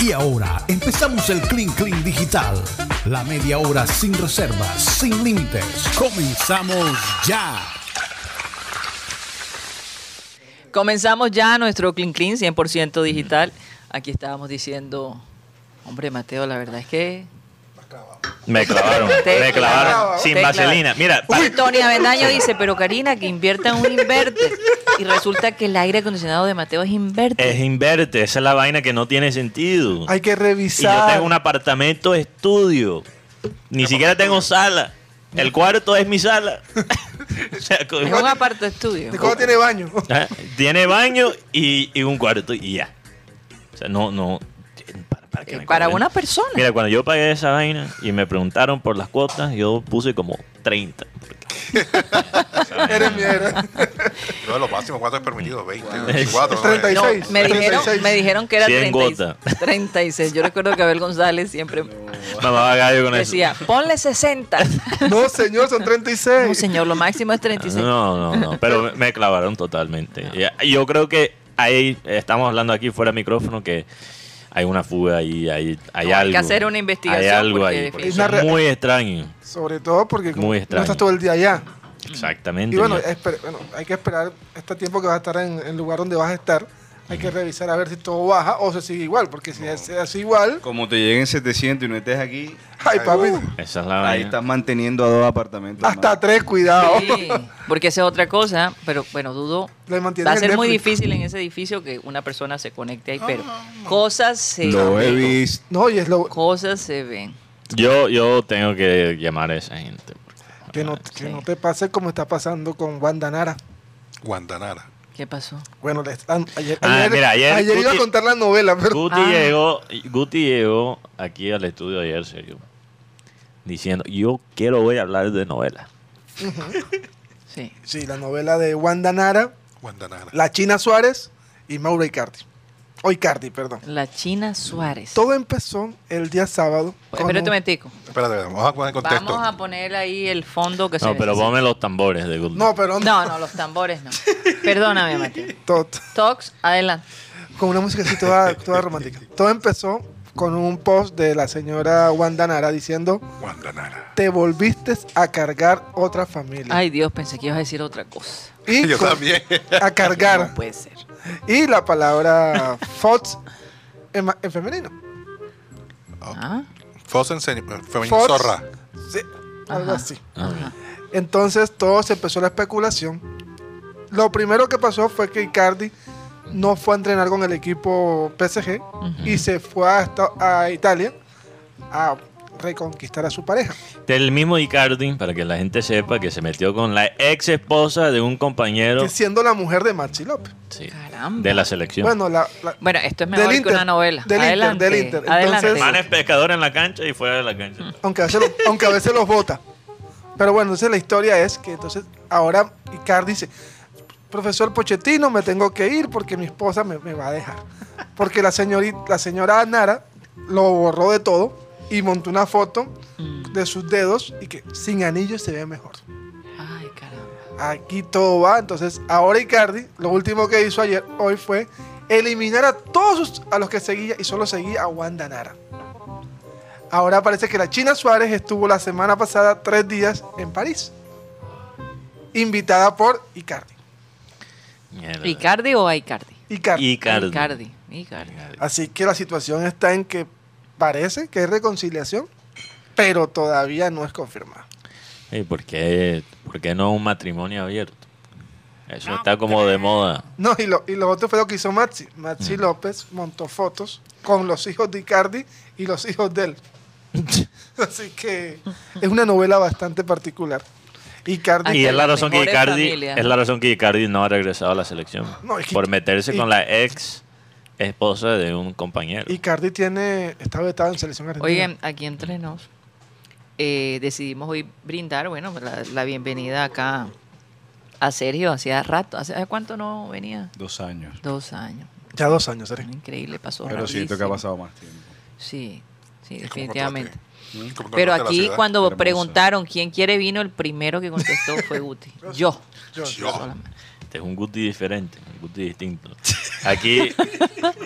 Y ahora empezamos el Clean Clean Digital. La media hora sin reservas, sin límites. Comenzamos ya. Comenzamos ya nuestro Clean Clean 100% digital. Aquí estábamos diciendo, hombre Mateo, la verdad es que... Me clavaron, Te me clavaron clavaron, sin te vaselina. Mira, pa- Tony Avendaño dice, pero Karina, que invierta en un inverter. Y resulta que el aire acondicionado de Mateo es inverter. es inverte, esa es la vaina que no tiene sentido. Hay que y yo revisar. tengo un apartamento estudio. Ni siquiera tengo sala. El cuarto es mi sala. O sea, con- Es un aparto estudio. ¿De cómo tiene baño? Ah, tiene baño y, y un cuarto y ya. O sea, no, no. Para, para que Eh, me Para cobren. una persona. Mira, cuando yo pagué esa vaina y me preguntaron por las cuotas, yo puse como 30. Eres mierda. No, lo máximo, ¿cuánto es permitido? 20, Wow. 24. ¿no? Es 36. No, me dijeron, 36. me dijeron que era 100 36. 36. Yo recuerdo que Abel González siempre Mamá gallo con eso. decía, ponle 60. No, señor, son 36. No, señor, lo máximo es 36. No, no, no. Pero me- me clavaron totalmente. Y Yo creo que ahí estamos hablando aquí fuera de micrófono que hay una fuga ahí, hay, hay No, hay algo. que hacer una investigación Hay algo porque ahí. porque definitivamente- eso es muy extraño. Sobre todo porque como Muy no extraño. estás todo el día allá. Exactamente. Y bueno, Yo- esper- bueno, hay que esperar este tiempo que vas a estar en el lugar donde vas a estar. Hay que revisar a ver si todo baja o se sigue igual, porque si es- se hace igual, Como te lleguen 700 y no estés aquí, ay papi, esa es la ahí vaina. estás manteniendo a dos apartamentos. hasta más. tres, cuidado. Sí, porque esa es otra cosa, pero bueno, dudo. Le Va mantienes a el ser muy Netflix. Ah. difícil en ese edificio que una persona se conecte ahí, pero cosas se Lo he visto. No, y es lo Cosas se ven. Yo, yo tengo que llamar a esa gente. porque- que no, Ah, que no te pase como está pasando con Wanda Nara. Guantanara. ¿Qué pasó? Bueno, le están- ayer, Ah, ayer- mira, ayer ayer iba a Guti- contar la novela, pero Guti, Ah. llegó, Guti llegó aquí al estudio ayer, serio, diciendo, yo quiero voy a hablar de novela. Sí. sí, la novela de Wanda Nara, Guantanara. La China Suárez y Mauro Icardi. O Icardi, perdón. La China Suárez. Todo empezó el día sábado. con Espérate un un- momentico. Espérate, vamos a poner en contexto. Vamos a poner ahí el fondo que se No, pero necesita. ponme los tambores de Guti. No, pero No, no, los tambores no. Perdóname, Mateo. Tot. Tox, adelante. con una música así toda, toda romántica. Todo empezó con un post de la señora Wanda Nara diciendo, Guantanara. te volviste a cargar otra familia. Ay, Dios, pensé que ibas a decir otra cosa. y Yo con- también. A cargar. No puede ser. Y la palabra Fox en, ma- en femenino. Ah, Fox eh, en señor- femenino Fox. zorra. Sí, algo Ajá. así. Ah, ajá. Entonces todo se empezó la especulación. Lo primero que pasó fue que Icardi no fue a entrenar con el equipo PSG y se fue a, esta- a Italia a reconquistar a su pareja. Del mismo Icardi, para que la gente sepa que se metió con la ex esposa de un compañero que siendo la mujer de Maxi López. sí, Caramba. de la selección. Bueno, la, la- Bueno, esto es mejor Del que Inter, una novela. del Inter, adelante, del Inter. adelante. El man es pescador en la cancha y fuera de la cancha. aunque, a veces lo- aunque a veces los vota. Pero bueno, entonces la historia es que entonces ahora Icardi dice, profesor Pochettino, me tengo que ir porque mi esposa me, me va a dejar. Porque la, señorita, la señora Nara lo borró de todo y montó una foto de sus dedos y que sin anillo se ve mejor. Ay, caramba. Aquí todo va. Entonces, ahora Icardi, lo último que hizo ayer, hoy fue eliminar a todos sus- a los que seguía y solo seguía a Wanda Nara. Ahora parece que la China Suárez estuvo la semana pasada tres días en París, invitada por Icardi. Mierda. ¿Icardi o Icardi? Icardi. Icardi. Icardi. Icardi. Así que la situación está en que parece que hay reconciliación, pero todavía no es confirmada. ¿Y por qué, por qué no un matrimonio abierto? Eso Ah, está como de moda. No, y lo, y lo otro fue lo que hizo Maxi. Mm. Maxi López montó fotos con los hijos de Icardi y los hijos de él. Así que es una novela bastante particular. Icardi. Ay. Y es la las razón que mejores Icardi, familias. es la razón que Icardi no ha regresado a la selección No, es que- por meterse y- con la ex esposa de un compañero. Icardi tiene. Está vetado en selección argentina. Oigan, aquí entre nos eh, decidimos hoy brindar, bueno, la, la bienvenida acá a Sergio. Hacía rato, ¿hace hace cuánto no venía? Dos años. Dos años. Ya dos años, Sergio. Increíble, pasó Pero siento que ha pasado rapidísimo. más tiempo. Sí, sí, Es como definitivamente. contraste. Como Pero contraste a la aquí ciudad. cuando Hermosa. preguntaron quién quiere vino, el primero que contestó fue Guti. Yo. Yo- Yo. solamente. Este es un Guti diferente, un Guti distinto. Aquí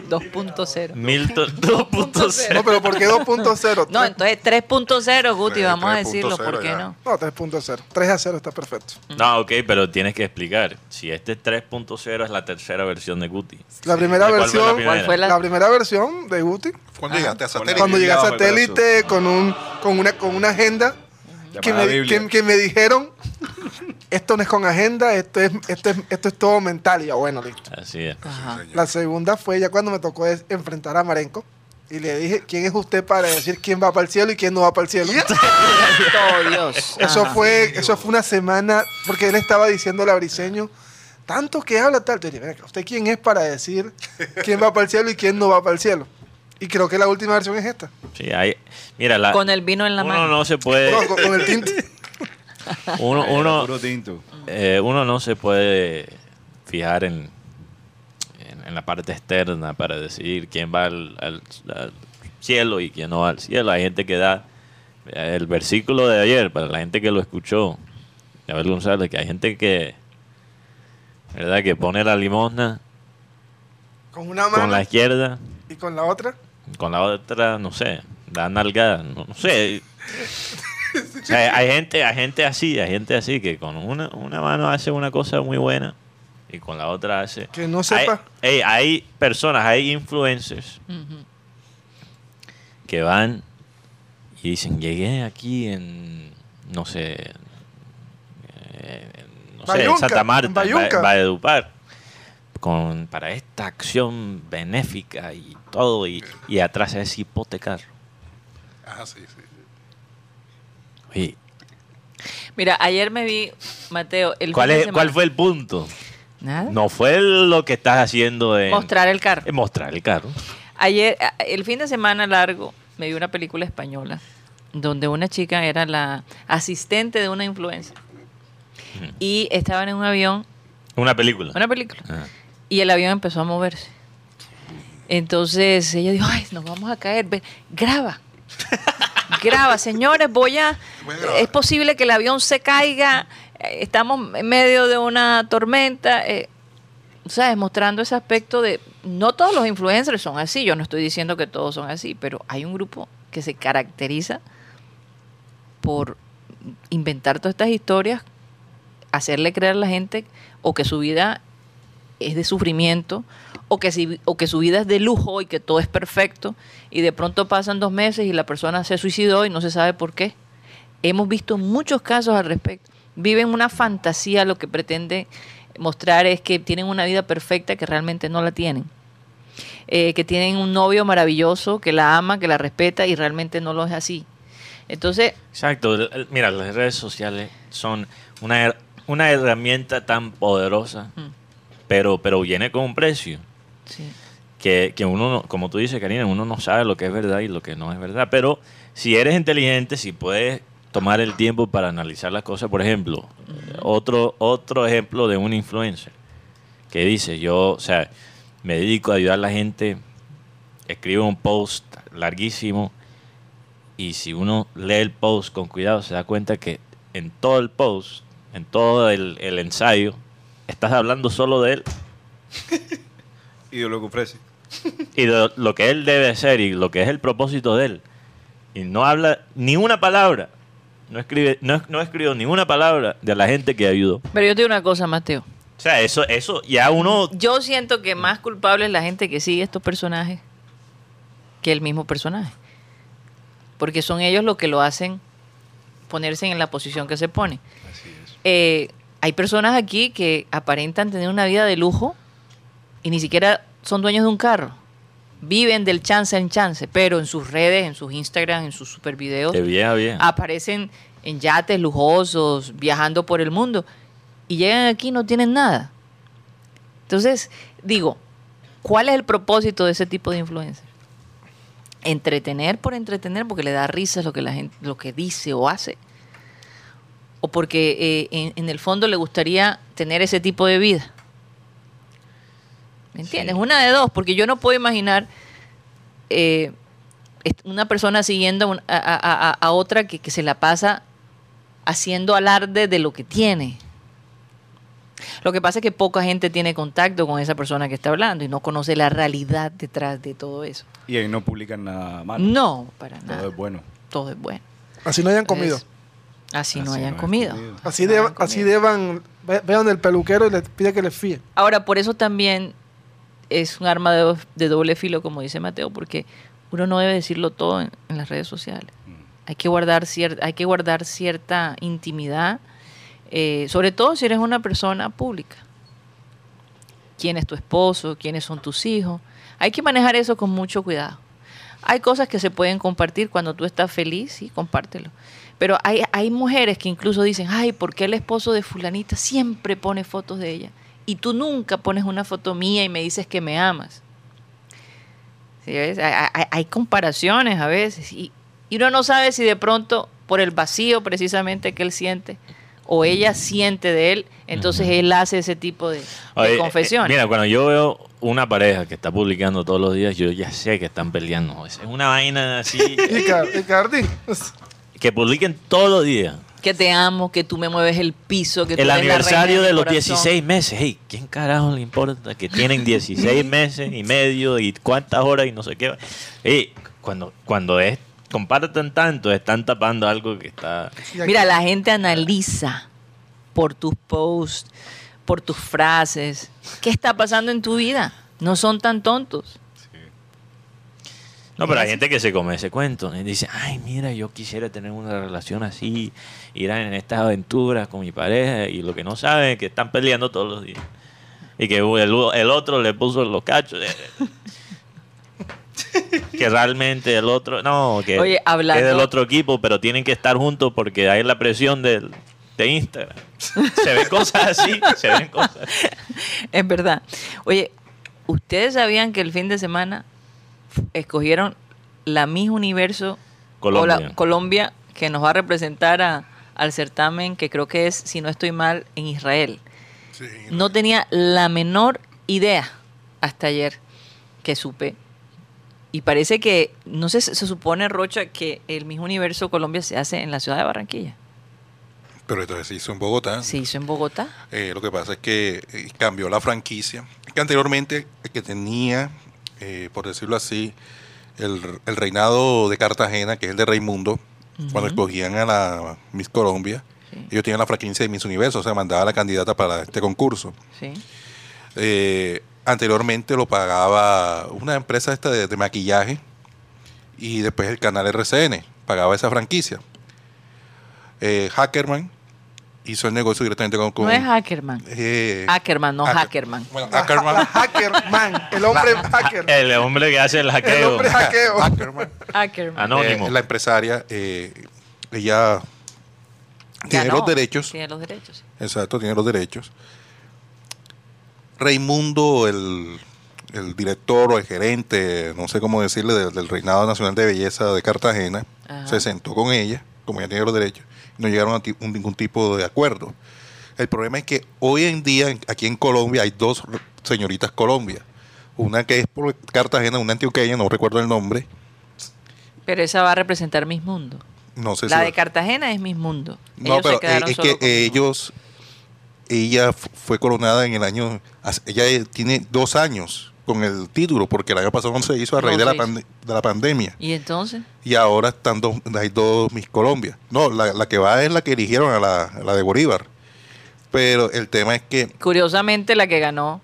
2.0. Milton 2.0. No, pero ¿por qué 2.0? No, entonces 3.0, Guti, Tres- vamos a 3.0 decirlo, ¿por qué ya. no? No, 3.0. 3 a 0 está perfecto. No, ok, pero tienes que explicar. Si este 3.0 es la tercera versión de Guti. La primera ¿Cuál versión- Fue la primera? ¿Cuál fue La, La- primera versión de Guti, ¿Cuándo llegaste a satélite? cuando llegué a bajo el satélite con, un, con, una, con una agenda, que Llamada me, Biblia. que- que me dijeron, esto no es con agenda, esto es, esto es, esto es todo mental. Y yo, bueno, listo. Así es. Ajá. La segunda fue ya cuando me tocó es- enfrentar a Marenco. Y le dije, ¿quién es usted para decir quién va para el cielo y quién no va para el cielo? Santo Dios. Eso Ajá. fue, eso fue una semana, porque él estaba diciéndole a Briseño, tanto que habla tal. Yo dije, "Ven acá, ¿usted quién es para decir quién va para el cielo y quién no va para el cielo? Y creo que la última versión es esta. Sí, ahí. Mira, la, Con el vino en la uno mano. Ah. no se puede. No, con, con el tinte. Uno, Era uno, puro tinto. eh, uno no se puede fijar en, en, en la parte externa para decidir quién va al, al- al cielo y quién no va al cielo. Hay gente que da eh, el versículo de ayer, para la gente que lo escuchó, de Abel González, que hay gente que, ¿verdad? Que pone la limosna Con una mano con la izquierda, y con la otra. con la otra, no sé, da nalgada, no, no sé. O sea, hay gente, hay gente así, hay gente así que con una, una mano hace una cosa muy buena y con la otra hace. Que no sepa. Hay, ey, hay personas, hay influencers Ujú. que van y dicen, llegué aquí en, no sé, eh, en, no sé, en Bayunca, Santa Marta, en en Bayunca. Ba- Valledupar, con, para esta acción benéfica y todo, y, y atrás es hipotecar. Ah, sí, sí. Oye, Mira, ayer me vi, Mateo, el ¿cuál, fin de es, ¿cuál semana- fue el punto? Nada. No eh. fue lo que estás haciendo en... Mostrar el carro. en mostrar el carro. Ayer, a- el fin de semana largo, me vi una película española donde una chica era la asistente de una influencer y estaban en un avión, Una película. Ah. una película, Ajá. y el avión empezó a moverse. Entonces ella dijo, ay, nos vamos a caer, ve, graba. Graba, señores, voy a... Voy a grabar. Es posible que el avión se caiga, eh, estamos en medio de una tormenta. eh, ¿sabes? Mostrando ese aspecto de. No todos los influencers son así, yo no estoy diciendo que todos son así, pero hay un grupo que se caracteriza por inventar todas estas historias, hacerle creer a la gente o que su vida es de sufrimiento o que, si, o que su vida es de lujo y que todo es perfecto y de pronto pasan dos meses y la persona se suicidó y no se sabe por qué. Hemos visto muchos casos al respecto. Viven una fantasía, lo que pretende mostrar es que tienen una vida perfecta que realmente no la tienen. Eh, que tienen un novio maravilloso que la ama, que la respeta y realmente no lo es así. Entonces, Exacto. El- el- Mira, las redes sociales son una, her- una herramienta tan poderosa, Mm. pero, pero viene con un precio. sí, Que, que uno, no- como tú dices, Karina, uno no sabe lo que es verdad y lo que no es verdad. Pero si eres inteligente, si puedes tomar el tiempo para analizar las cosas, por ejemplo, eh, otro, otro ejemplo de un influencer que dice, yo, o sea, me dedico a ayudar a la gente, escribe un post larguísimo y si uno lee el post con cuidado se da cuenta que en todo el post, en todo el, el ensayo, estás hablando solo de él Y de lo que ofrece. y de lo que él debe ser y lo que es el propósito de él. Y no habla ni una palabra, no escribe, no, no escribió ni una palabra de la gente que ayudó. O Pero yo te digo una cosa, Mateo. sea, eso, eso ya uno... Yo siento que más culpable es la gente que sigue estos personajes que el mismo personaje. Porque son ellos los que lo hacen ponerse en la posición que se pone. Eh, hay personas aquí que aparentan tener una vida de lujo y ni siquiera son dueños de un carro. Viven del chance en chance, pero en sus redes, en sus Instagram, en sus super videos, De bien a bien. Ah, aparecen en yates lujosos, viajando por el mundo, y llegan aquí y no tienen nada. Entonces, digo, ¿cuál es el propósito de ese tipo de influencer? Entretener por entretener, porque le da risa lo que la gente, lo que dice o hace. O porque eh, en, en el fondo le gustaría tener ese tipo de vida. ¿Me entiendes? Sí. Una de dos, porque yo no puedo imaginar eh, est- una persona siguiendo a un- a, a- a- a otra que, que se la pasa haciendo alarde de lo que tiene. Lo que pasa es que poca gente tiene contacto con esa persona que está hablando y no conoce la realidad detrás de todo eso. Y ahí no publican nada malo. No, para nada. Todo es bueno. Todo es bueno. Así no hayan comido. Es- así, Ah, no hayan Así no hayan comido. comido. Así, No de- hayan así comido. deban, ve- vean el peluquero y le pide que les fíe. Ahora, por eso también es un arma de, do- de doble filo, como dice Mateo, porque uno no debe decirlo todo en, en las redes sociales. Mm. Hay que guardar, cier- hay que guardar cierta intimidad, eh, sobre todo si eres una persona pública. ¿Quién es tu esposo? ¿Quiénes son tus hijos? Hay que manejar eso con mucho cuidado. Hay cosas que se pueden compartir cuando tú estás feliz, sí, compártelo. Pero hay, hay mujeres que incluso dicen, ay, ¿por qué el esposo de fulanita siempre pone fotos de ella? Y tú nunca pones una foto mía y me dices que me amas. ¿Sí ves? Hay, hay- hay comparaciones a veces y, y uno no sabe si de pronto por el vacío precisamente que él siente o ella siente de él, entonces él hace ese tipo de, de Oye, eh, confesiones. Mira, cuando yo veo una pareja que está publicando todos los días, yo ya sé que están peleando. Es una vaina así eh, Y, Car- y Cardi, que publiquen todos los días. que te amo, que tú me mueves el piso, que tú eres el la reina aniversario mi de los corazón. 16 meses. Hey, ¿Quién carajo le importa que tienen 16 meses y medio y cuántas horas y no sé qué? Hey, cuando, cuando es comparten tanto, están tapando algo que está... y aquí- Mira, la gente analiza por tus posts, por tus frases. ¿Qué está pasando en tu vida? No son tan tontos. No, pero hay gente que se come ese cuento. Y dice, ay, mira, yo quisiera tener una relación así, ir en estas aventuras con mi pareja. Y lo que no saben es que están peleando todos los días. Y que el, el otro le puso los cachos. eh, que realmente el otro... No, que, Oye, hablando- que es del otro equipo, pero tienen que estar juntos porque hay la presión del, de Instagram. se ven cosas así, se ven cosas así. Es verdad. Oye, ¿ustedes sabían que el fin de semana escogieron la Miss Universo Colombia. o la- Colombia que nos va a representar a- al certamen que creo que es, si no estoy mal, en Israel? Sí, No tenía la menor idea hasta ayer que supe. Y parece que, no sé, se se supone, Rocha, que el mismo universo Colombia se hace en la ciudad de Barranquilla. Pero entonces se hizo en Bogotá. Se hizo en Bogotá. Eh, lo que pasa es que eh, cambió la franquicia. Que anteriormente el que tenía, eh, por decirlo así, el, el reinado de Cartagena, que es el de Raimundo, cuando escogían a la Miss Colombia, Sí. ellos tenían la franquicia de Miss Universo, o sea, mandaba a la candidata para este concurso. Sí. Eh, anteriormente lo pagaba una empresa esta de, de maquillaje y después el canal RCN pagaba esa franquicia. Eh, Hackerman hizo el negocio directamente con... con No es Ackerman. eh, Ackerman, no Hacker- Hackerman. Bueno, la- la Ackerman. Hackerman, el hombre hacker. El hombre que hace el El hackeo. hombre hackeo. Ackerman. Ackerman. Anónimo. Eh, la empresaria, eh, ella tiene Ganó. los derechos. Ah, Tiene los derechos. Exacto, tiene los derechos. Raimundo, el, el director o el gerente, no sé cómo decirle, del, del Reinado Nacional de Belleza de Cartagena, Ajá. se sentó con ella, como ella tiene los derechos, y no llegaron a ti- un- ningún tipo de acuerdo. El problema es que hoy en día, en- aquí en Colombia, hay dos r- señoritas Colombia. Una que es por Cartagena, una antioqueña, no recuerdo el nombre. Pero esa va a representar Miss Mundo. No sé si La va- de Cartagena es Miss Mundo. Pues No, Ellos pero se quedaron eh, es solo que con Miss Mundo. ellos, ella fu- fue coronada en el año, hace- ella eh, tiene dos años con el título, porque el año pasado no se hizo a No raíz de, se la hizo. pande- de la pandemia. ¿Y entonces? Y ahora están dos, hay dos Miss Colombia. No, la, la que va es la que eligieron a la, a la de Bolívar. Pero el tema es que, Curiosamente, la que ganó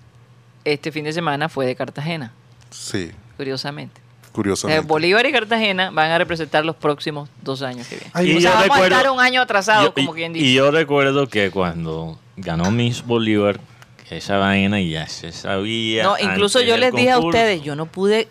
este fin de semana fue de Cartagena. sí, Curiosamente. O sea, curiosamente. Bolívar y Cartagena van a representar los próximos dos años que vienen. Ay, Y o yo sea, vamos recuerdo- a estar un año atrasado, Yo- como y- quien dice. Y yo recuerdo que cuando ganó Miss Bolívar, esa vaina ya se sabía. no, incluso antes yo del les dije a concurso. ustedes, yo no pude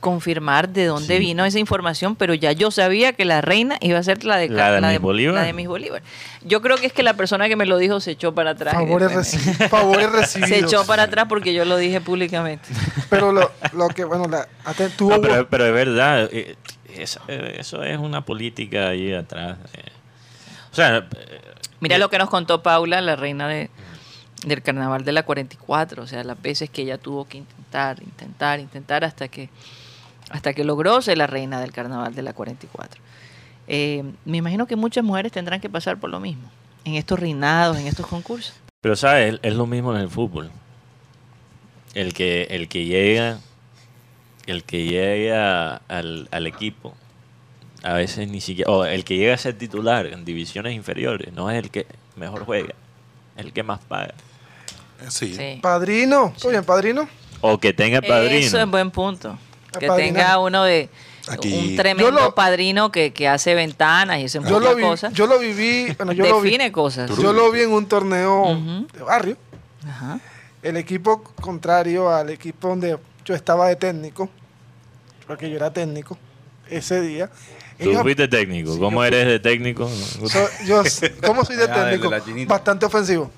confirmar de dónde Sí. vino esa información, pero ya yo sabía que la reina iba a ser la de, La Ca- de Miss Bolívar. la de Miss Bolívar. Yo creo que es que la persona que me lo dijo se echó para atrás. y Favores, después me- reci- favores se recibidos. echó para atrás porque yo lo dije públicamente. Pero lo, lo que, bueno, la, aten- tuvo No, Ah, pero, pero es verdad, eh, esa- eh, eso es una política ahí atrás. eh. O sea, eh, Mira lo que nos contó Paula, la reina de, del carnaval de la 44, o sea, las veces que ella tuvo que intentar, intentar, intentar hasta que hasta que logró ser la reina del carnaval de la 44. Eh, me imagino que muchas mujeres tendrán que pasar por lo mismo en estos reinados, en estos concursos. Pero, ¿sabes? Es lo mismo en el fútbol. El que, el que llega, el que llega al, al equipo, a veces ni siquiera, o el que llega a ser titular en divisiones inferiores, no es el que mejor juega, es el que más paga. Sí. Sí. Padrino, muy bien, padrino. O que tenga padrino. Eso es buen punto. Que Apadrinar. tenga uno de Aquí. un tremendo Yo lo- padrino que, que hace ventanas y hace Yo muchas lo, vi, cosas. yo lo viví, bueno, yo lo vi, Define cosas. yo lo vi en un torneo Ujú. de barrio. Ajá. El equipo contrario al equipo donde yo estaba de técnico, porque yo era técnico ese día. Tú ellos- fuiste técnico. Sí, ¿Cómo yo eres de técnico? so- yo, ¿Cómo soy de Ah, el de técnico? la chinita. Bastante ofensivo.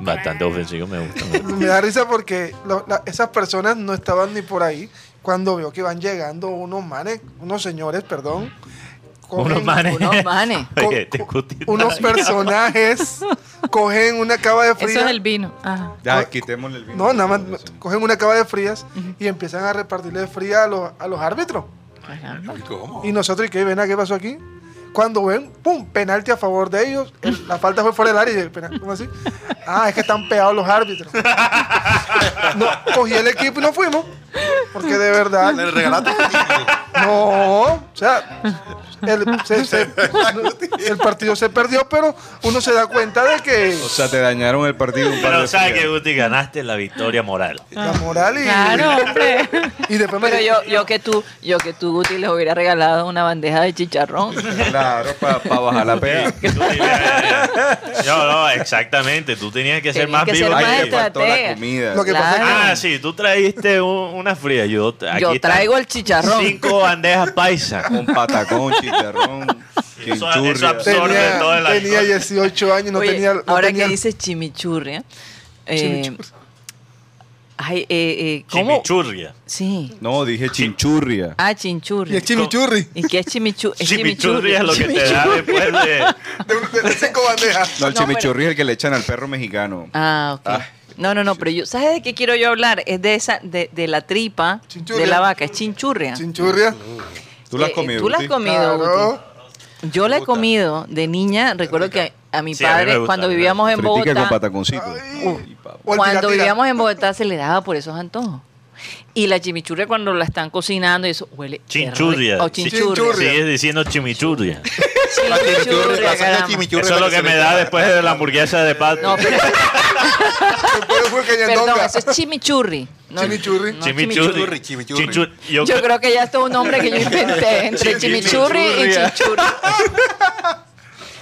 Bastante ofensivo, me gusta. me gusta. Me da risa porque lo- la- esas personas no estaban ni por ahí cuando veo que van llegando unos manes, unos señores, perdón. con- Unos manes. Unos manes. co- Oye, co- te cutí- unos personajes cogen una cava de frías. Eso es el vino. Ajá. Ah, Ya, quitémosle el vino. no, nada más cogen una cava de frías y empiezan a repartirle fría a los, a los árbitros. Caramba. ¿Cómo? Y nosotros, ¿y qué ven? ah, ¿Qué pasó aquí? Cuando ven, ¡pum! Penalti a favor de ellos. El- la falta fue fuera del área. y el penal- ¿Cómo así? Ah, es que están pegados los árbitros. No, cogí el equipo y nos fuimos. Porque de verdad. Le regalaste un título. No, o sea, el, se- se- el partido se perdió, pero uno se da cuenta de que O sea, te dañaron el partido un par Pero de sabes que frías. Guti ganaste la victoria moral. la moral y, Claro, hombre. y después me Pero yo, yo que tú, yo que tú, Guti, les hubiera regalado una bandeja de chicharrón. Claro, para bajar la pega. Tú tenías- No, no, exactamente. Tú tenías que ser Tenías más que ser vivo. más Ay, le faltó estratega. la comida. Lo que pasa es Ah, sí, tú traíste un- una fría. Yo, Ah, aquí yo están traigo el chicharrón. Cinco bandejas paisa. Con patacón, chicharrón, Eso- eso chinchurria. absorbe. tenía, todo el tenía alcohol. 18 años, no Oye, tenía. no ahora tenía- que dices chimichurri, ¿eh? Eh, ay, eh, eh, ¿cómo? Chimichurria. Sí. No, dije chinchurria. Ah, Y chinchurri. el chimichurri. ¿Y qué es chimichurri? Es Chimichurria es lo que te da chimichurri. después de. De, de- de cinco bandejas. No, el No, chimichurri es el que le echan al perro mexicano. Ah, ok. Ay. no, no, no, pero yo, ¿sabes de qué quiero yo hablar? Es de esa, de, de la tripa Chinchurria. de la vaca, es chinchurria. Chinchurria. Tú la has Eh, comido. Tú la has Guti? comido, Guti. Claro. Yo la he comido de niña. Recuerdo que a, a mi Sí, a mí me padre, gusta, cuando a mí me vivíamos en Fritica con Bogotá, pataconcito. Ay, papá. O el cuando tiratira. vivíamos en Bogotá se le daba por esos antojos. Y la chimichurria cuando la están cocinando y eso huele Chinchurria. terrible. O Sí, chinchurria. Sigues diciendo chimichurria. La chimichurri, Chimichurria, la hazaña caramba. chimichurri Eso es lo que me da parece- después de la hamburguesa de pato. No, pero, Después fue que perdón, ñandonga. eso es chimichurri. No, Chimichurri. no, Chimichurri. chimichurri, chimichurri. Chinchur- Yo, Yo creo que ya esto es un nombre que yo inventé entre chimichurri y Chimichurria. chinchurri.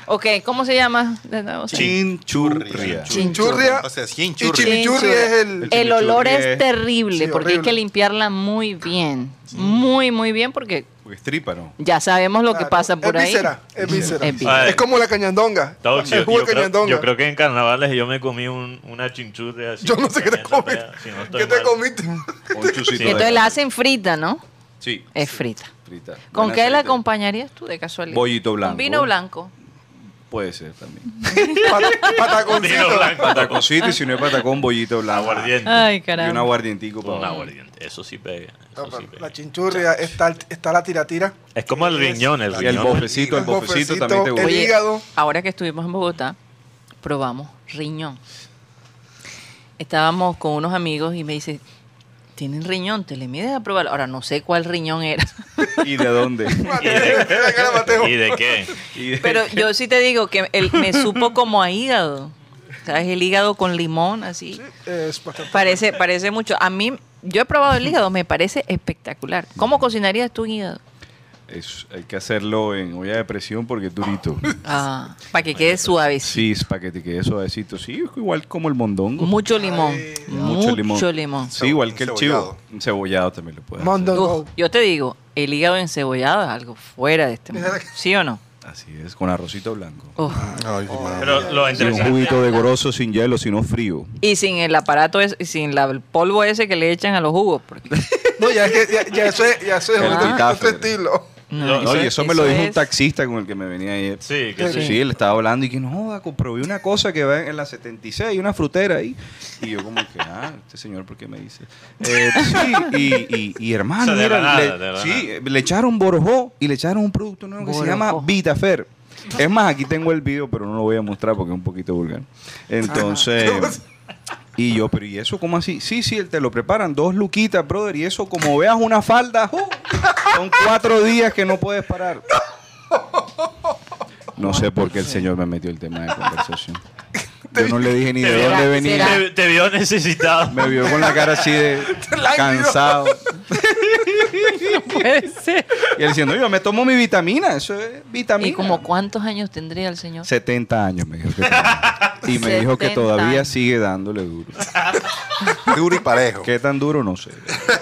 ok, ¿cómo se llama? de nuevo? Chinchurria. Chimichurria. O sea, Y chimichurri. chimichurri Chimichurri. es el. El olor chimichurri es es- terrible Sí, porque hay que horrible. limpiarla muy bien. Muy, muy bien porque Pues tripa, ¿no? ya sabemos lo que Claro, pasa por es ahí. Víscera, es víscera. Es Ah, víscera. Es como la cañandonga. Todos, yo, el jugo yo de creo, cañandonga. yo creo que en carnavales yo me comí un- una chinchurria así. Yo no sé qué te comiendo comiste. peda, si no estoy ¿Qué te mal. comiste? Con chucito. Sí. Que de- entonces la hacen frita, ¿no? Sí. Es frita. Frita. ¿Con Buen qué la aceite. acompañarías tú de casualidad? Bollito blanco. Con vino blanco. Puede ser también. Pat- Vino Pataconcito. blanco. Pataconcito y si no es patacón, bollito blanco. Aguardiente. Ay, Y un caramba. aguardientico para Un aguardiente. Eso sí pega. No, eso sí pero pega. La chinchurria, está, el- está la tiratira, Es como el riñón, el Y el riñón. bofecito, el El bofecito bofecito, también te gusta. el- hígado. Ahora que estuvimos en Bogotá, probamos riñón. Estábamos con unos amigos y me dice, ¿tienen riñón? Te le mides a probarlo. Ahora no sé cuál riñón era. ¿Y de dónde? ¿Y de, ¿Y de qué? Y de- Pero yo sí te digo que el- me supo como a hígado. ¿Sabes? El hígado con limón, así. es bastante. Parece, parece mucho. A mí, yo he probado el hígado, me parece espectacular. ¿Cómo cocinarías tú un hígado? Es- hay que hacerlo en olla de presión porque es durito. Ah, para que quede suavecito. Sí, es para que te quede suavecito. Sí, es igual como el mondongo. Mucho limón. mucho, limón. Sí, igual que el Encebollado. chivo. Encebollado también lo puedes hacer. Mondongo. Uf, yo te digo, el hígado encebollado es algo fuera de este mundo. ¿Sí o no? Así es, con arrocito blanco. Uf. Ay, qué mal. Pero lo Y un interesante. juguito de goroso sin hielo, sino frío. Y sin el aparato, ese- y sin la- el polvo ese que le echan a los jugos. porque- No, ya, es que- ya, ya eso es, ya eso es El otro- epitafio, otro creo. estilo. No, Oye, eso, me lo dijo un es- taxista con el que me venía ayer. Sí, que Que sí. sí, él estaba hablando y que no, joda, co- probé una cosa que va en la 76, una frutera ahí. Y yo como que, ah, este señor, ¿por qué me dice? Eh, sí, y, y- y hermano, O sea, de la mira, nada, le, de la sí, nada. eh, le echaron borojó y le echaron un producto nuevo que Borojó. se llama Vitafer. Es más, aquí tengo el video, pero no lo voy a mostrar porque es un poquito vulgar. Entonces, Ah. y yo, pero ¿y eso cómo así? Sí, sí, te lo preparan, dos luquitas, brother, y eso como veas una falda, ¡uh! son cuatro días que no puedes parar. No sé por qué el señor me metió el tema de conversación. Yo no le dije ni de ¿Será- dónde venía. será? Te, te vio necesitado. Me vio con la cara así de cansado. Puede ser. Y él diciendo, yo me tomo mi vitamina, eso es vitamina. ¿Y como cuántos años tendría el señor? 70 años me dijo que tenía. Y me dijo que 70 todavía años. sigue dándole duro. Duro y parejo. ¿Qué tan duro? No sé.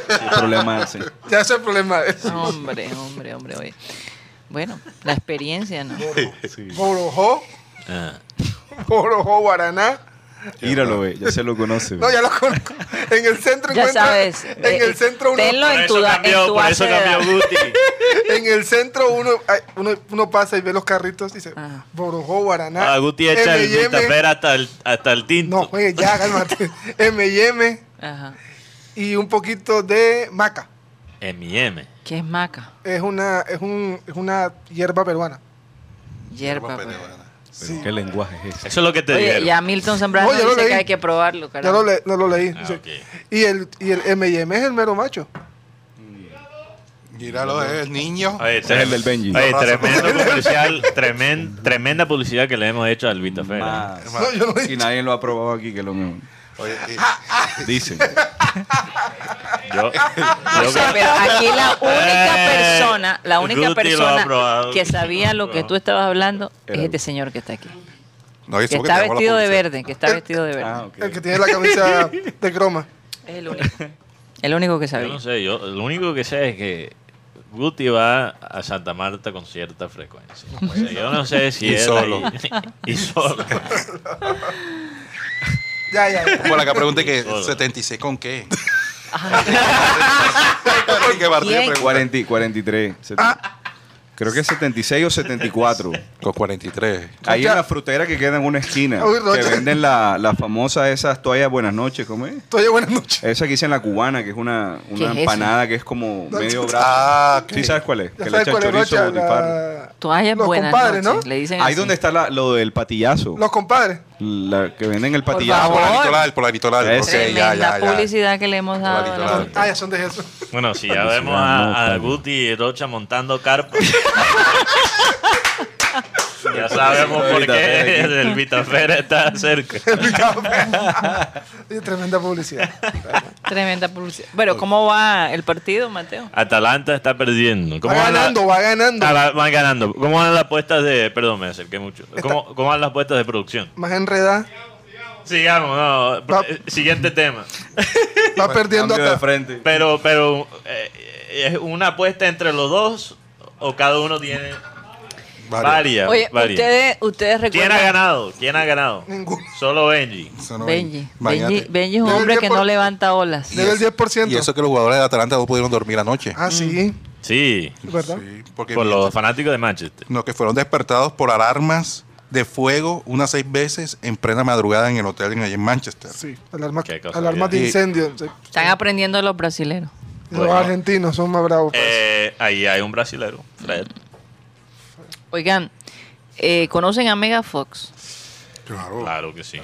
El problema es ese. Ya ese es el problema. Es Hombre, hombre, hombre. oye. Bueno, la experiencia, ¿no? Borojó, Ah. Borojó, Guaraná. Míralo, ve, ya se lo conoce. ve. No, ya lo conozco. En el centro Ya encuentra- sabes. En eh, el centro uno. Tenlo Por en tu, eso da- en cambió, tu por base eso de datos. cambió Guti. En el centro uno, ay, uno, uno pasa y ve los carritos y dice, Ajá. Borojó, Guaraná. A Ah, Guti echa el M&M. Vitapera hasta el, hasta el tinto. No, oye, ya, cálmate. M&M Ajá. y un poquito de maca. M&M. ¿Qué es maca? Es una, es un, es una hierba peruana. Hierba. pues. Pero Pero ¿Qué lenguaje es ese? Eso es lo que te Oye, dijeron. ya Milton Zambrano No, yo lo dice que leí. hay que probarlo, Ya carajo. lo, le- no lo leí. Ah, Dice, ok. Y el y el M&M es el mero macho. Gíralo, es el niño. Oye, Ese es el del Benji. Oye, tremendo comercial, tremen- tremenda publicidad que le hemos hecho al Vitafera. Más. No, yo no Ah, Y dije. nadie lo ha probado aquí, que es lo mismo. Oye, y- Dicen. ¿eh? Yo, O yo sea, pero aquí la única Eh, persona, la única Guti lo ha persona probado. que sabía lo que tú estabas hablando es Era- este señor que está aquí. no, y eso Que porque está tenemos la vestido de publicidad. verde, que está vestido de verde. Ah, ok. El que tiene la camisa de croma. Es el único. El único que yo sabía. no sé, yo lo único que sé es que Guti va a Santa Marta con cierta frecuencia. O sea, yo no sé si Y él solo. ahí- y solo. Ya, ya, ya. Como la que pregunté que Solo. 76 con qué. ¿Quién? Con 40, 43. seten- Ah. Creo que es 76 o 74. 43. Ahí en la frutera que queda en una esquina. Uy, que Rocha. venden la, la famosa esas toallas buenas noches, ¿cómo es? Oye, buenas noches. Esa que dicen la cubana, que es una, una ¿Qué es eso? empanada que es como medio brazo. Ah, ok. ¿Sí sabes cuál es? Ya Que le sabes echan cuál es chorizo, Rocha, butifarra. la- Toallas Los buenas compadres, noches, ¿no? le dicen Ahí así. donde está la- lo del patillazo. Los compadres. La que venden el Ah, patillazo. por la favor. litoral, por la litoral. Es Ok, ya, Tremenda ya, ya. publicidad que le hemos dado. a la Claro. gente. Ah, ya son de eso. Bueno, si ya Publicidad, vemos a, a no, claro. Guti y Rocha montando carpa. ya sabemos por qué el Vitafera está cerca. Oye, tremenda publicidad. Tremenda publicidad. Bueno, ¿cómo va el partido, Mateo? Atalanta está perdiendo. Va ¿Cómo van la- ganando, va ganando. Ah, va- van ganando. ¿Cómo van las apuestas de.? Perdón, me acerqué mucho. ¿Cómo, cómo van las apuestas de producción? Más enredada. Sigamos, no. Va- eh, Siguiente tema. Va perdiendo Cambio de hasta. frente. Pero, pero. eh, ¿Es una apuesta entre los dos o cada uno tiene Varias. varias? Oye, varias? ustedes, ustedes ¿Quién ha recuerdan. ganado? ¿Quién ha ganado? Ninguno. Solo Benji. Eso no- Benji. Imagínate. Benji, Benji es un Yo hombre diría que por- no levanta olas. Debe el 10%. Y eso que los jugadores de Atalanta no pudieron dormir anoche. Ah, sí. Mm. Sí. ¿Verdad? Sí, porque Por mientras- los fanáticos de Manchester. no, que fueron despertados por alarmas de fuego unas seis veces en plena madrugada en el hotel en, allí en Manchester. Sí. Alarma, Qué cosa, alarma de bien. incendio. Sí. Están aprendiendo los brasileños. Los Bueno. argentinos son más bravos. para eso. Eh, ahí hay un brasilero, Fred. Oigan, eh, ¿conocen a Mega Fox? Oh, Claro. Claro que sí.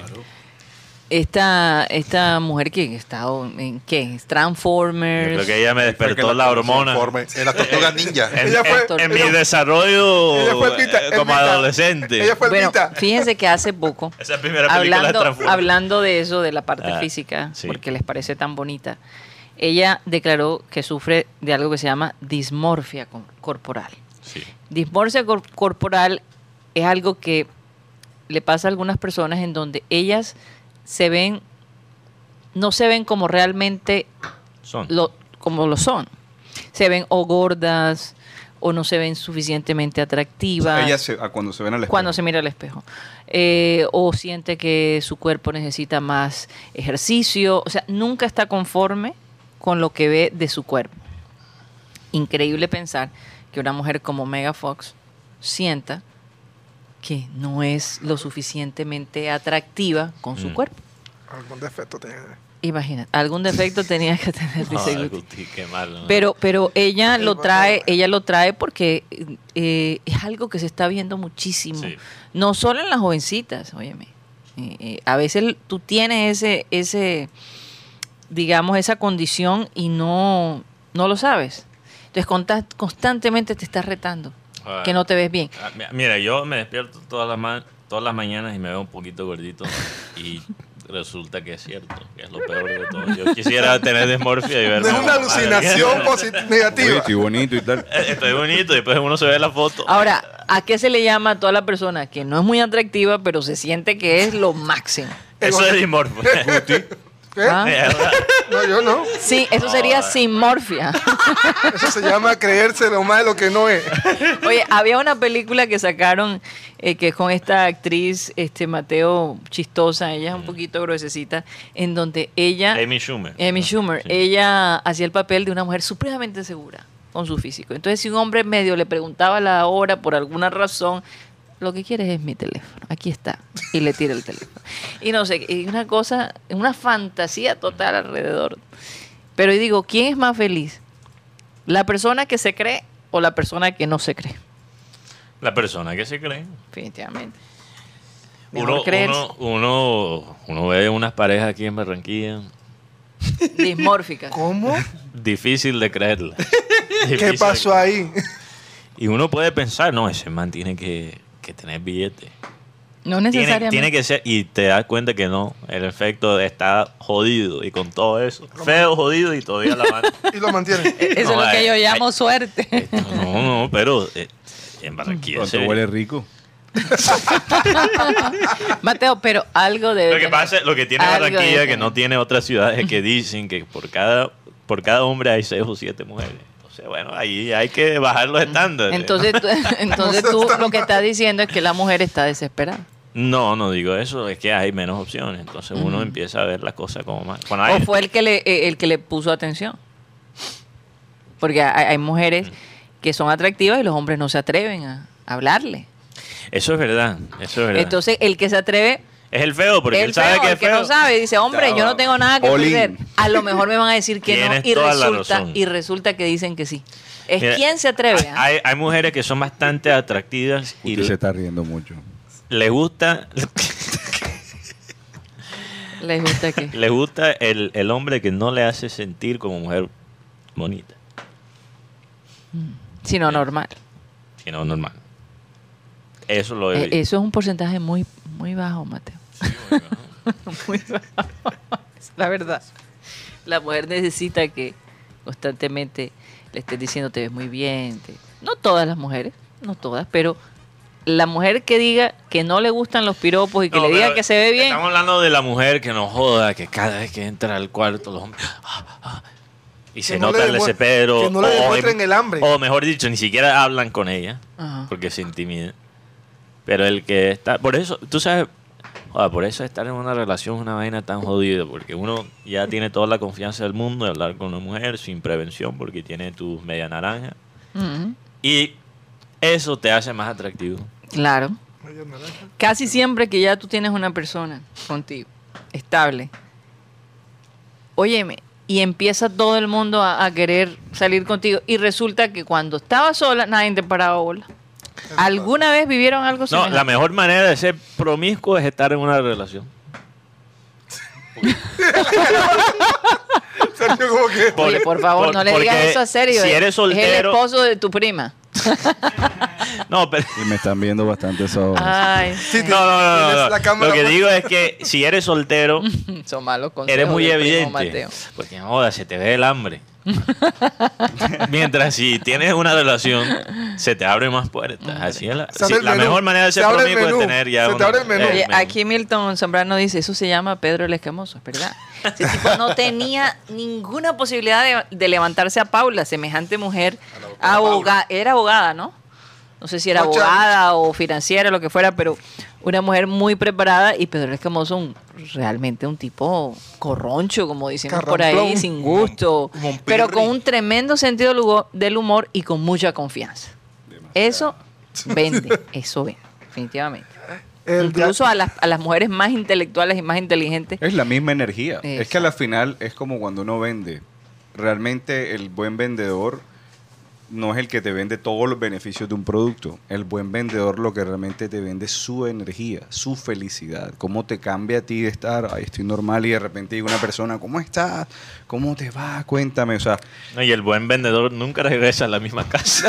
Esta, esta mujer que ha estado en qué? Transformers. Creo que ella me despertó la hormona. Conforme- En las tortugas ninja. En, Ella fue- en- en mi ella- desarrollo ella fue Pita, eh, es como Pita. adolescente. Ella fue el Bueno, Vita. fíjense que hace poco, Esa primera película de hablando, Transformers. hablando de eso, de la parte Ah, física, sí. porque les parece tan bonita, ella declaró que sufre de algo que se llama dismorfia cor- corporal. Sí. Dismorfia cor- corporal es algo que le pasa a algunas personas en donde ellas se ven, no se ven como realmente Son. lo, como lo son. Se ven o gordas o no se ven suficientemente atractivas Ella se- ah, cuando se ven al espejo. cuando se mira al espejo. Eh, o siente que su cuerpo necesita más ejercicio. O sea, nunca está conforme con lo que ve de su cuerpo. Increíble pensar que una mujer como Mega Fox sienta que no es lo suficientemente atractiva con su Mm. cuerpo. Algún defecto tiene. Imagínate, algún defecto tenía que tener, No, dice Guti. Guti, qué malo. ¿no? Pero, pero ella El lo valor. trae, ella lo trae porque eh, es algo que se está viendo muchísimo. Sí. No solo en las jovencitas, óyeme. Eh, eh, a veces tú tienes ese, ese, digamos, esa condición y no, no lo sabes. Entonces conta- constantemente te estás retando, Ah. que no te ves bien. Ah, mi- Mira, yo me despierto todas las, ma- todas las mañanas y me veo un poquito gordito y resulta que es cierto, que es lo peor de todo. Yo quisiera tener desmorfia y verme. Es una como madre. alucinación posit- Oye, negativa. estoy bonito y tal. Estoy bonito y después uno se ve la foto. Ahora, ¿a qué se le llama a toda la persona que no es muy atractiva, pero se siente que es lo máximo? Eso es dimorfo. ¿Qué? ¿Ah? Eh. No, yo no. Sí, eso sería Ah. sinmorfia. Eso se llama creerse lo más de lo que no es. Oye, había una película que sacaron eh, que es con esta actriz, este Mateo Chistosa, ella es un poquito gruesecita, en donde ella, Amy Schumer. Amy ¿no? Schumer, Ah, Sí. ella hacía el papel de una mujer supremamente segura con su físico. Entonces, si un hombre medio le preguntaba la hora por alguna razón, lo que quieres es mi teléfono, aquí está, y le tira el teléfono. Y no sé, y una cosa, una fantasía total alrededor. Pero yo digo, ¿quién es más feliz? ¿La persona que se cree o la persona que no se cree? La persona que se cree. Definitivamente. Mejor Uno, creer uno, uno, uno ve unas parejas aquí en Barranquilla. dismórfica. ¿Cómo? Difícil de creerla. Difícil ¿Qué de pasó ahí? Y uno puede pensar, no, ese man tiene que, que tener billete. No Tiene, necesariamente. tiene que ser, y te das cuenta que no, el efecto está jodido y con todo eso. Feo, jodido y todavía la mano. Y lo Eh, mantiene. Eso No, eh, es lo que ay, yo ay. llamo suerte. No, no, pero eh, en Barranquilla. ¿Cuánto se- huele rico? Mateo, pero algo de Lo que pasa, lo que tiene Algo de Barranquilla eso. que no tiene otras ciudades es que dicen que por cada, por cada hombre hay seis o siete mujeres. Entonces, bueno, ahí hay que bajar los estándares. Entonces, tú- entonces tú lo que estás diciendo es que la mujer está desesperada. No, no digo eso, es que hay menos opciones. Entonces uno empieza a ver las cosas como más. con O aire. fue el que le, eh, el que le puso atención. Porque hay, hay mujeres Mm. que son atractivas y los hombres no se atreven a hablarle. Eso es verdad, eso es verdad. Entonces, el que se atreve, es el feo, porque el él sabe feo, que el es feo. que no sabe, dice, hombre, yo no tengo nada que All in. perder. A lo mejor me van a decir que no Tienes y toda la resulta, razón. y resulta que dicen que sí. Es Mira, quien se atreve. ah? Hay, hay mujeres que son bastante atractivas y Usted se está riendo mucho. les gusta, Les gusta que... les gusta el, el hombre que no le hace sentir como mujer bonita, sino normal. sino normal. Eso lo he Eh, eso es un porcentaje muy, muy bajo, Mateo. muy bajo. Es la verdad. La mujer necesita que constantemente le estés diciendo te ves muy bien. te- No todas las mujeres, no todas, pero la mujer que diga que no le gustan los piropos y que le No, diga pero que se ve bien, Estamos hablando de la mujer que nos joda, que cada vez que entra al cuarto los hombres. ah, ah, y se Que no nota le el demue- desespero. que no le o- demuestren el hambre. O mejor dicho, ni siquiera hablan con ella. Ajá. Porque se intimida. Pero el que está. Por eso, tú sabes. joda, por eso estar en una relación es una vaina tan jodida. Porque uno ya tiene toda la confianza del mundo de hablar con una mujer sin prevención. Porque tiene tu media naranja. Mm, Y eso te hace más atractivo. claro. Casi siempre que ya tú tienes una persona contigo, estable, óyeme, y empieza todo el mundo a, a querer salir contigo, y resulta que cuando estaba sola, nadie te paraba bola. ¿Alguna vez vivieron algo No, semejante? la mejor manera de ser promiscuo es estar en una relación. Sergio, como que. Oye, por favor, por- no le porque digas eso a serio. si eh. eres Es el soltero- esposo de tu prima. No, pero. Y me están viendo bastante esa Ay, No, no, no, no, Tienes no. la cámara Lo que puesta. digo es que si eres soltero, son malos consejos. eres muy del primo evidente. Mateo. Porque joda, se te ve el hambre. Mientras si tienes una relación, se te abren más puertas. Así es la, Se abre sí, el la menú. mejor manera de ser Se abre el promiscuo es menú. tener ya Se te una- Eh, abre el menú. Oye, aquí Milton Zambrano dice, eso se llama Pedro el Escamoso, es verdad. Ese tipo no tenía ninguna posibilidad de, de levantarse a Paula, semejante mujer, abogada abogada, era abogada, ¿no? No sé si era No, abogada o financiera, lo que fuera, pero una mujer muy preparada y Pedro el Escamoso un- realmente un tipo corroncho, como decimos por ahí, Carramplón. sin gusto, Mon- pero con Monpirri. un tremendo sentido del hugo- del humor y con mucha confianza. Eso vende, eso vende, definitivamente. El de- Incluso a las, a las mujeres más intelectuales y más inteligentes. Es la misma energía. Es que a Exacto. la final es como cuando uno vende. Realmente el buen vendedor no es el que te vende todos los beneficios de un producto. El buen vendedor lo que realmente te vende es su energía, su felicidad. Cómo te cambia a ti de estar, ay, estoy normal y de repente llega una persona, ¿cómo estás? ¿Cómo te va? Cuéntame. O sea, No, y el buen vendedor nunca regresa a la misma casa.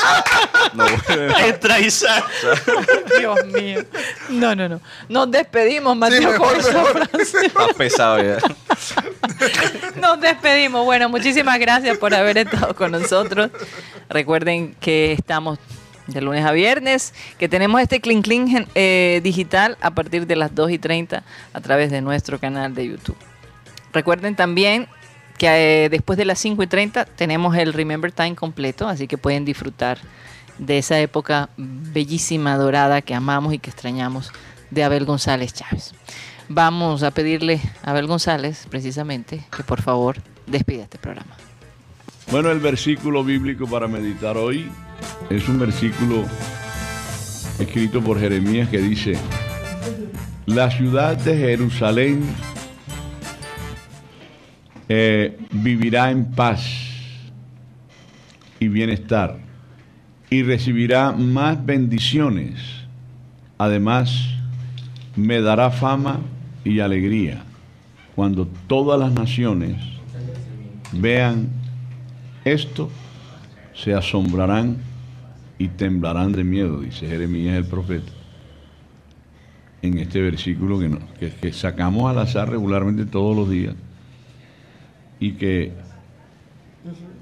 no vuelve. Entra y sale. Dios mío. No, no, no. Nos despedimos, Mateo. mejor, con esa mejor. frase. Está pesado ya. Nos despedimos. Bueno, muchísimas gracias por haber estado con nosotros. Recuerden que estamos de lunes a viernes, que tenemos este Clean Clean gen- eh, digital a partir de las 2 y 30 a través de nuestro canal de YouTube. Recuerden también que eh, después de las 5 y 30 tenemos el Remember Time completo, así que pueden disfrutar de esa época bellísima, dorada, que amamos y que extrañamos de Abel González Chávez. Vamos a pedirle a Abel González, precisamente, que por favor despida este programa. Bueno, el versículo bíblico para meditar hoy es un versículo escrito por Jeremías que dice, la ciudad de Jerusalén eh, vivirá en paz y bienestar y recibirá más bendiciones. Además, me dará fama y alegría cuando todas las naciones vean esto se asombrarán y temblarán de miedo, dice Jeremías el profeta. En este versículo que, no- que- que sacamos al azar regularmente todos los días y que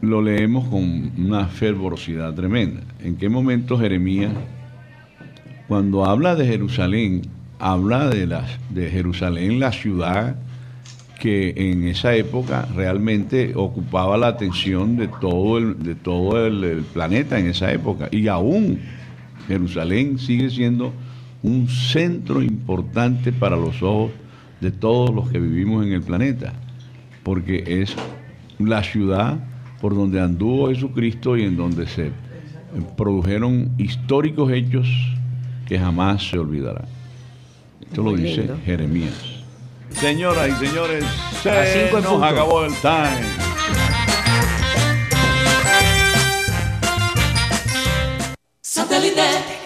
lo leemos con una fervorosidad tremenda. ¿En qué momento Jeremías, cuando habla de Jerusalén, habla de, las- de Jerusalén, la ciudad que en esa época realmente ocupaba la atención de todo el, de todo el, el planeta en esa época. Y aún Jerusalén sigue siendo un centro importante para los ojos de todos los que vivimos en el planeta, porque es la ciudad por donde anduvo Jesucristo y en donde se eh, produjeron históricos hechos que jamás se olvidarán. Esto lo dice Jeremías. Señoras y señores, se cinco en nos punto. acabó el time. Satellite.